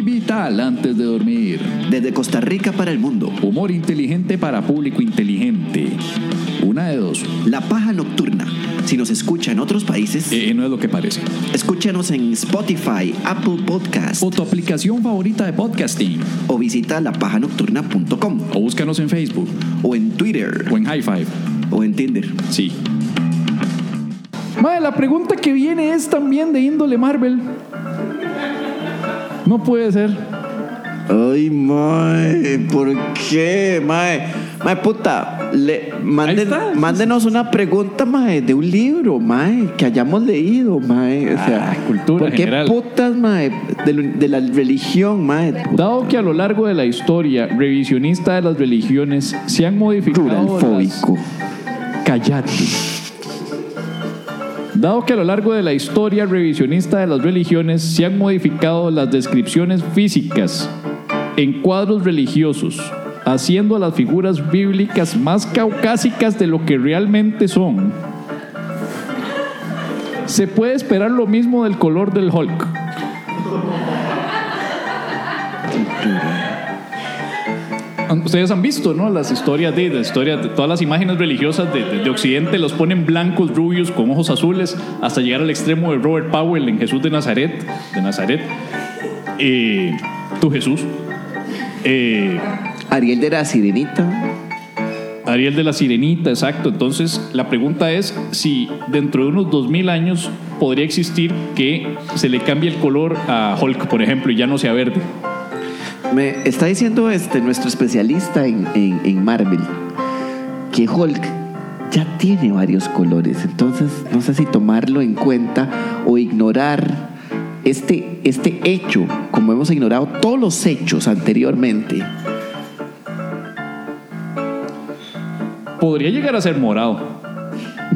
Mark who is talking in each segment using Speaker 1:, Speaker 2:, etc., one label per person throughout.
Speaker 1: Vital antes de dormir.
Speaker 2: desde Costa Rica para el mundo.
Speaker 1: Humor inteligente para público inteligente. Una de dos.
Speaker 2: La Paja Nocturna. Si nos escucha en otros países,
Speaker 1: Eh, no es lo que parece.
Speaker 2: escúchanos en Spotify, Apple Podcast
Speaker 1: O tu aplicación favorita de podcasting.
Speaker 2: o visita lapajanocturna.com
Speaker 1: O búscanos en Facebook.
Speaker 2: o en Twitter
Speaker 1: O en High Five.
Speaker 2: o en Tinder.
Speaker 1: Sí. la pregunta que viene es también de índole Marvel. No puede ser.
Speaker 2: Ay, mae, ¿por qué, mae? Mae, puta, le, manden-
Speaker 1: está.
Speaker 2: mándenos una pregunta, mae, de un libro, mae, que hayamos leído, mae. O sea,
Speaker 1: Ah, cultura
Speaker 2: ¿por qué
Speaker 1: general.
Speaker 2: putas, mae, de, lo- de la religión, mae?
Speaker 1: Dado que a lo largo de la historia revisionista de las religiones se han modificado las...
Speaker 2: Pluralfóbico.
Speaker 1: Cállate. Dado que a lo largo de la historia revisionista de las religiones se han modificado las descripciones físicas en cuadros religiosos, haciendo a las figuras bíblicas más caucásicas de lo que realmente son, se puede esperar lo mismo del color del Hulk. Ustedes han visto, ¿no? Las historias de, la historia de todas las imágenes religiosas de, de- de Occidente los ponen blancos, rubios, con ojos azules, hasta llegar al extremo de Robert Powell en Jesús de Nazaret, de Nazaret, Eh, tu Jesús, Eh,
Speaker 2: Ariel de la Sirenita.
Speaker 1: Ariel de la Sirenita, exacto. Entonces, la pregunta es si dentro de unos 2000 años podría existir que se le cambie el color a Hulk, por ejemplo, y ya no sea verde.
Speaker 2: Me está diciendo este, nuestro especialista en, en, en Marvel que Hulk ya tiene varios colores. Entonces, no sé si tomarlo en cuenta o ignorar este, este hecho, como hemos ignorado todos los hechos anteriormente.
Speaker 1: podría llegar a ser morado.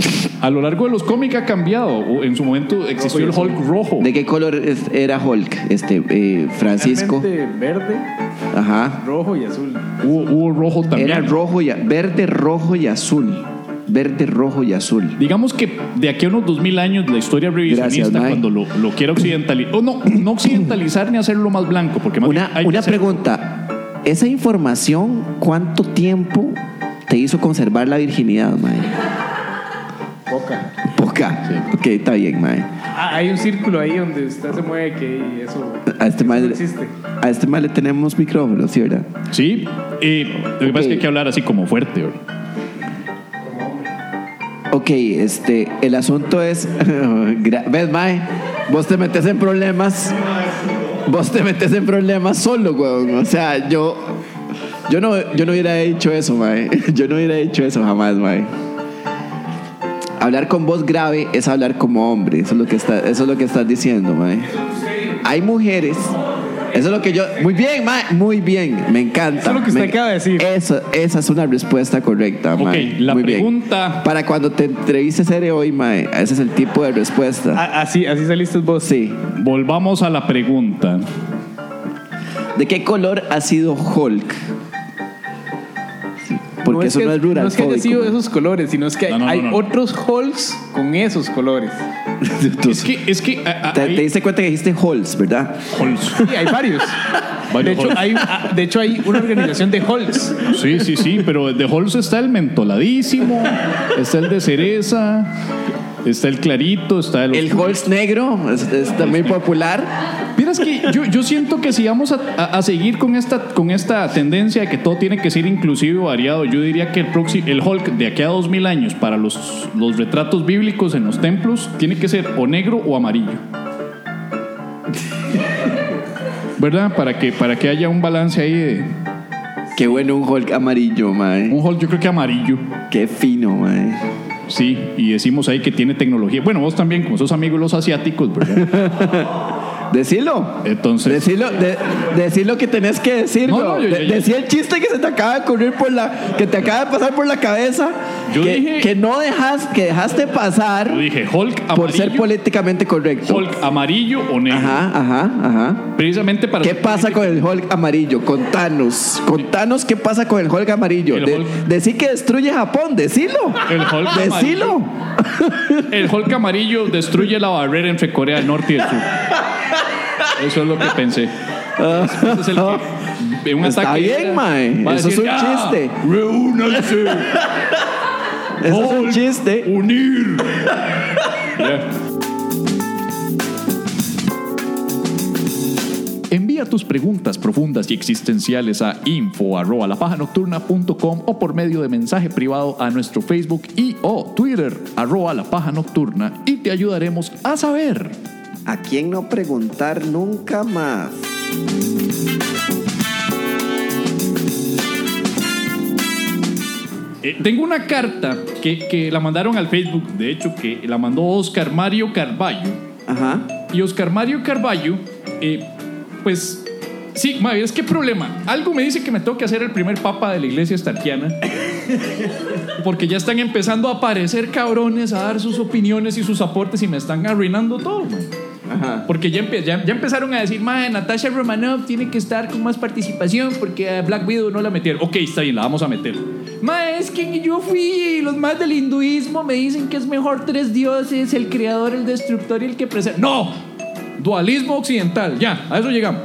Speaker 1: A lo largo de los cómics ha cambiado. O En su momento existió el Hulk rojo.
Speaker 2: ¿De qué color es- era Hulk, este, eh, Francisco?
Speaker 3: Realmente verde,
Speaker 2: Ajá.
Speaker 3: rojo y azul.
Speaker 1: Hubo, hubo rojo también.
Speaker 2: Era rojo y a- verde, rojo y azul. Verde, rojo y azul.
Speaker 1: Digamos que de aquí a unos 2000 años la historia revisionista,
Speaker 2: Gracias, Mike.
Speaker 1: cuando lo, lo quiera occidentalizar, o no, no occidentalizar ni hacerlo más blanco, porque más
Speaker 2: Una,
Speaker 1: bien hay que
Speaker 2: una
Speaker 1: hacer-
Speaker 2: pregunta. Esa información, ¿cuánto tiempo te hizo conservar la virginidad, Mae?
Speaker 3: Boca.
Speaker 2: Poca. Ok, está bien, Mae.
Speaker 3: Ah, hay un círculo ahí donde usted se mueve que y eso.
Speaker 2: A este,
Speaker 3: eso
Speaker 2: mae,
Speaker 3: no existe.
Speaker 2: a este mae le tenemos micrófono, ¿sí, verdad?
Speaker 1: Sí, eh, lo que pasa es que hay que hablar así como fuerte. bro.
Speaker 2: Ok, este, el asunto es. gra- ¿Ves, Mae? Vos te metes en problemas. Vos te metes en problemas solo, weón. O sea, yo. Yo no, yo no hubiera hecho eso, Mae. Yo no hubiera hecho eso jamás, Mae. Hablar con voz grave es hablar como hombre. Eso es lo que, está, eso es lo que estás diciendo, Mae. Hay mujeres. Eso es lo que yo. Muy bien, Mae. Muy bien. Me encanta.
Speaker 3: Eso es lo que usted
Speaker 2: Me-
Speaker 3: acaba de decir.
Speaker 2: Eso- esa es una respuesta correcta,
Speaker 1: Ok,
Speaker 2: Mae.
Speaker 1: la
Speaker 2: Muy bien.
Speaker 1: pregunta-
Speaker 2: Para cuando te entrevistes eres hoy, mae, ese es el tipo de respuesta.
Speaker 3: Ah, así, así saliste vos.
Speaker 2: Sí.
Speaker 1: Volvamos a la pregunta.
Speaker 2: ¿De qué color ha sido Hulk? Sí, Porque eso no es rural.
Speaker 3: No es que haya sido de esos colores, sino es que
Speaker 1: No, no, no,
Speaker 3: hay
Speaker 1: no.
Speaker 3: otros Hulks con esos colores.
Speaker 1: Es que, es que a- a-
Speaker 2: te,
Speaker 1: hay-
Speaker 2: te diste cuenta que dijiste Hulks, ¿verdad?
Speaker 1: Hulks.
Speaker 3: Sí, hay varios.
Speaker 1: Varios
Speaker 3: de, hecho,
Speaker 1: Hulks.
Speaker 3: hay, ah, de hecho, hay una organización de Hulks.
Speaker 1: Sí, sí, sí, pero de Holz está el mentoladísimo, está el de cereza, está el clarito, está el...
Speaker 2: El Hulk negro es, es muy popular.
Speaker 1: Mira, es que yo, yo siento que si vamos a, a- a seguir con esta, con esta tendencia de que todo tiene que ser inclusivo, variado, yo diría que el, proxi- el Hulk de aquí a 2000 años para los, los retratos bíblicos en los templos tiene que ser o negro o amarillo. ¿Verdad? Para que, para que haya un balance ahí de...
Speaker 2: Qué bueno un Hulk amarillo, mae.
Speaker 1: Un Hulk yo creo que amarillo.
Speaker 2: Qué fino, mae.
Speaker 1: Sí, y decimos ahí que tiene tecnología. Bueno, vos también, como sos amigos los asiáticos, ¿verdad?
Speaker 2: Decilo.
Speaker 1: Entonces,
Speaker 2: Decilo, de- decí lo que tenés que decir,
Speaker 1: No,
Speaker 2: weón.
Speaker 1: no, yo-
Speaker 2: De-
Speaker 1: yo- yo-
Speaker 2: decí el chiste que se te acaba de ocurrir por la, que te acaba de pasar por la cabeza
Speaker 1: Yo
Speaker 2: que,
Speaker 1: dije-
Speaker 2: que no dejas, que dejaste pasar
Speaker 1: Yo dije Hulk amarillo.
Speaker 2: por ser políticamente correcto.
Speaker 1: Hulk amarillo o negro.
Speaker 2: Ajá, ajá, ajá.
Speaker 1: Precisamente para.
Speaker 2: ¿Qué pasa con el Hulk amarillo? Contanos, contanos qué pasa con el Hulk amarillo.
Speaker 1: El
Speaker 2: De-
Speaker 1: Hulk-
Speaker 2: Decí que destruye Japón, decilo.
Speaker 1: El Hulk
Speaker 2: decilo.
Speaker 1: El Hulk amarillo destruye la barrera entre Corea del Norte y el Sur. Eso es lo que pensé. Ese es el que- de un
Speaker 2: Está
Speaker 1: ataque
Speaker 2: bien,
Speaker 1: era-
Speaker 2: mae.
Speaker 1: va a
Speaker 2: Eso es un
Speaker 1: "Ya,
Speaker 2: chiste".
Speaker 1: Reúnanse,
Speaker 2: Eso es un
Speaker 1: Hulk.
Speaker 2: chiste.
Speaker 1: unir. Ya. Envía tus preguntas profundas y existenciales a info@lapajanocturna.com o por medio de mensaje privado a nuestro Facebook y o Twitter arroba la paja nocturna y te ayudaremos a saber.
Speaker 2: ¿A quién no preguntar nunca más?
Speaker 1: Eh, tengo una carta que, que la mandaron al Facebook, de hecho que la mandó Oscar Mario Carballo.
Speaker 2: Ajá.
Speaker 1: Y Oscar Mario Carballo, eh, pues sí, ma, es que problema. Algo me dice que me tengo que hacer el primer papa de la iglesia estarquiana. Porque ya están empezando a aparecer cabrones, a dar sus opiniones y sus aportes y me están arruinando todo, man.
Speaker 2: Ajá.
Speaker 1: Porque ya, empe- ya, ya empezaron a decir, madre, Natasha Romanoff tiene que estar con más participación porque a Black Widow no la metieron. Ok, está bien, la vamos a meter. Mae, es que yo fui y los más del hinduismo me dicen que es mejor tres dioses, el creador, el destructor y el que presenta. ¡No! Dualismo occidental, ya, a eso llegamos.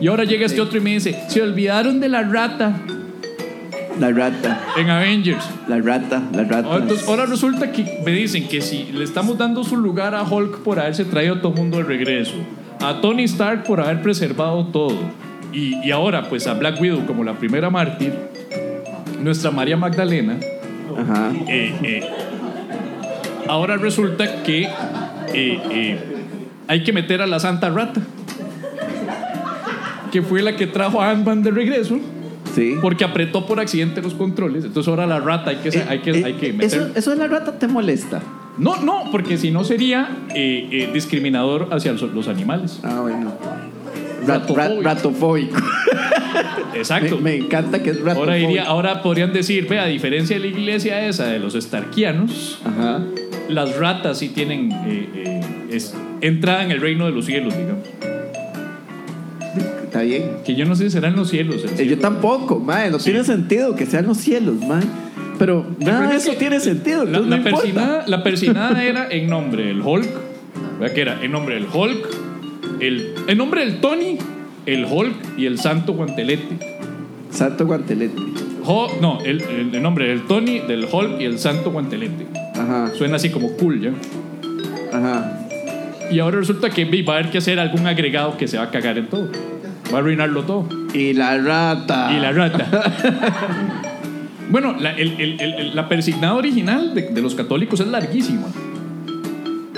Speaker 1: Y ahora llega este otro y me dice, se olvidaron de la rata
Speaker 2: La rata,
Speaker 1: en Avengers.
Speaker 2: la rata, la rata.
Speaker 1: Ahora, Ah, entonces, ahora resulta que me dicen que si le estamos dando su lugar a Hulk por haberse traído a todo mundo de regreso, a Tony Stark por haber preservado todo, y, y ahora pues a Black Widow como la primera mártir, nuestra María Magdalena,
Speaker 2: Ajá.
Speaker 1: eh, eh, ahora resulta que eh, eh, hay que meter a la Santa Rata, que fue la que trajo a Ant-Man de regreso.
Speaker 2: Sí.
Speaker 1: Porque apretó por accidente los controles. Entonces ahora la rata hay que,
Speaker 2: Eh,
Speaker 1: Pues, hay que,
Speaker 2: eh,
Speaker 1: hay que meterla.
Speaker 2: eso, eso de la rata te molesta.
Speaker 1: No, no, porque si no sería eh, eh, discriminador hacia los, los animales.
Speaker 2: Ah, bueno. Rat-
Speaker 1: Ratofóbico.
Speaker 2: rat- ratofóbico. Me,
Speaker 1: Exacto.
Speaker 2: me encanta que es ratofóbico.
Speaker 1: ahora, diría, ahora podrían decir, ve, a diferencia de la iglesia esa de los estarquianos,
Speaker 2: Ajá.
Speaker 1: las ratas sí tienen eh, eh, es- entrada en el reino de los cielos, digamos.
Speaker 2: Está bien.
Speaker 1: Que yo no sé si serán los cielos. el
Speaker 2: Eh,
Speaker 1: cielo.
Speaker 2: Yo tampoco, mae. No tiene sentido que sean los cielos, mae. Pero nada
Speaker 1: verdad
Speaker 2: de
Speaker 1: es
Speaker 2: eso
Speaker 1: que
Speaker 2: tiene sentido.
Speaker 1: La,
Speaker 2: entonces no
Speaker 1: la
Speaker 2: importa.
Speaker 1: persinada, la persinada era en nombre del Hulk. ¿Verdad que era? En nombre del Hulk, el, en nombre del Tony, el Hulk y el Santo Guantelete.
Speaker 2: Santo guantelete.
Speaker 1: Ho- no, el, el- el nombre del Tony, del Hulk y el Santo Guantelete.
Speaker 2: Ajá,
Speaker 1: Suena así como cool, ¿ya?
Speaker 2: ajá.
Speaker 1: Y ahora resulta que vi, va a haber que hacer algún agregado que se va a cagar en todo. Va a arruinarlo todo.
Speaker 2: Y la rata.
Speaker 1: Y la rata. bueno, la, el- el- el- el- la persignada original de, de los católicos es larguísima.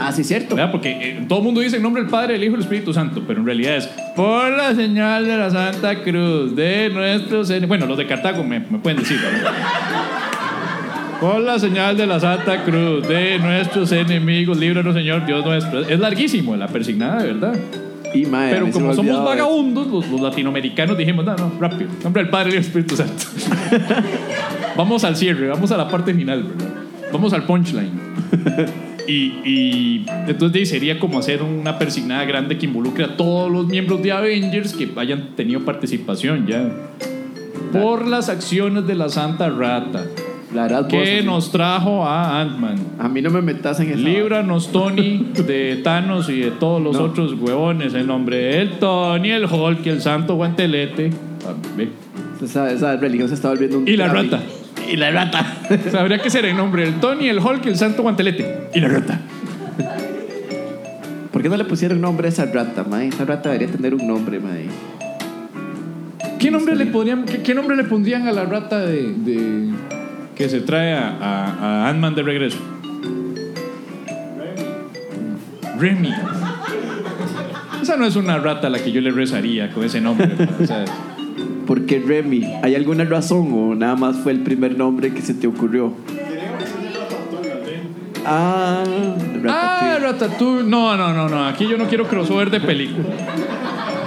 Speaker 2: Ah, sí, cierto.
Speaker 1: ¿verdad? Porque eh, todo el mundo dice en nombre del Padre, del Hijo y del Espíritu Santo, pero en realidad es por la señal de la Santa Cruz de nuestros ene-". Bueno, los de Cartago me, me pueden decir, ¿verdad? Por la señal de la Santa Cruz de nuestros enemigos, líbranos, Señor Dios nuestro. Es larguísimo la persignada, de verdad.
Speaker 2: Y mae, a
Speaker 1: Pero
Speaker 2: mí se me
Speaker 1: como somos
Speaker 2: olvidaba
Speaker 1: vagabundos, los, los latinoamericanos dijimos, no, no, rápido, nombre del Padre y del Espíritu Santo. vamos al cierre, vamos a la parte final, ¿verdad? Vamos al punchline. y, y entonces de ahí sería como hacer una persignada grande que involucre a todos los miembros de Avengers que hayan tenido participación ya. Por las acciones de la Santa Rata,
Speaker 2: eso. La verdad, vos,
Speaker 1: que
Speaker 2: así.
Speaker 1: nos trajo a Ant-Man.
Speaker 2: A mí no me metas en el
Speaker 1: Líbranos, Tony, de Thanos y de todos los
Speaker 2: No.
Speaker 1: otros huevones. En nombre del Tony, el Hulk, el santo guantelete. Ah, ve.
Speaker 2: Esa, esa religión se está volviendo un.
Speaker 1: Y la
Speaker 2: tráfico.
Speaker 1: rata.
Speaker 2: Y la rata.
Speaker 1: O sea, habría que ser en nombre del Tony, el Hulk, el santo guantelete.
Speaker 2: y la rata. ¿Por qué no le pusieron nombre a esa rata, mae? Esa rata debería tener un nombre, mae.
Speaker 1: ¿Qué nombre le, podrían, qué, qué nombre le pondrían a la rata de, de- que se trae a, a- a Ant-Man de regreso? Remy. Esa no es una rata a la que yo le rezaría con ese nombre. o sea,
Speaker 2: ¿Por qué Remy? ¿Hay alguna razón o nada más fue el primer nombre que se te ocurrió? Ah,
Speaker 1: Ah,
Speaker 2: Ratatouille.
Speaker 1: Ratatouille. No, no, no, no. Aquí yo no quiero crossover de película.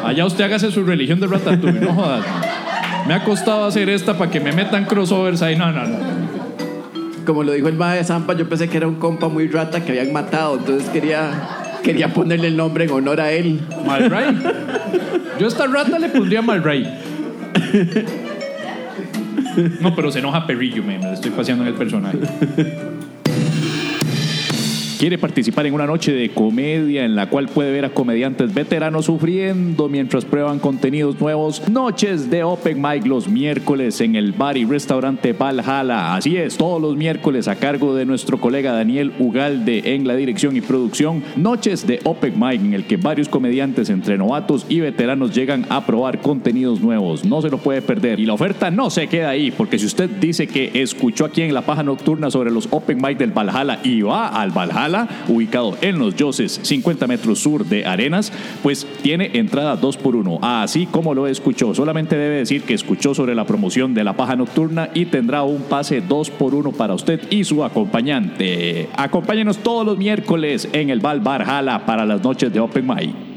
Speaker 1: Allá usted hágase su religión de Ratatouille. No jodas. Me ha costado hacer esta para que me metan crossovers ahí. No, no, no.
Speaker 2: como lo dijo el mae de Zampa, yo pensé que era un compa muy rata que habían matado, entonces quería, quería ponerle el nombre en honor a él.
Speaker 1: Malray. Yo a esta rata le pondría Malray. No, pero se enoja Perrillo, me, me lo estoy paseando en el personaje. ¿Quiere participar en una noche de comedia en la cual puede ver a comediantes veteranos sufriendo mientras prueban contenidos nuevos? Noches de Open Mic los miércoles en el bar y restaurante Valhalla. Así es, todos los miércoles a cargo de nuestro colega Daniel Ugalde en la dirección y producción. Noches de Open Mic en el que varios comediantes entre novatos y veteranos llegan a probar contenidos nuevos. No se lo puede perder. Y la oferta no se queda ahí, porque si usted dice que escuchó aquí en La Paja Nocturna sobre los Open Mic del Valhalla y va al Valhalla, ubicado en Los Yoses, 50 metros sur de Arenas, pues tiene entrada 2x1. Así como lo escuchó, solamente debe decir que escuchó sobre la promoción de La Paja Nocturna y tendrá un pase 2x1 para usted y su acompañante. Acompáñenos todos los miércoles en el Val Valhalla para las noches de Open Mic.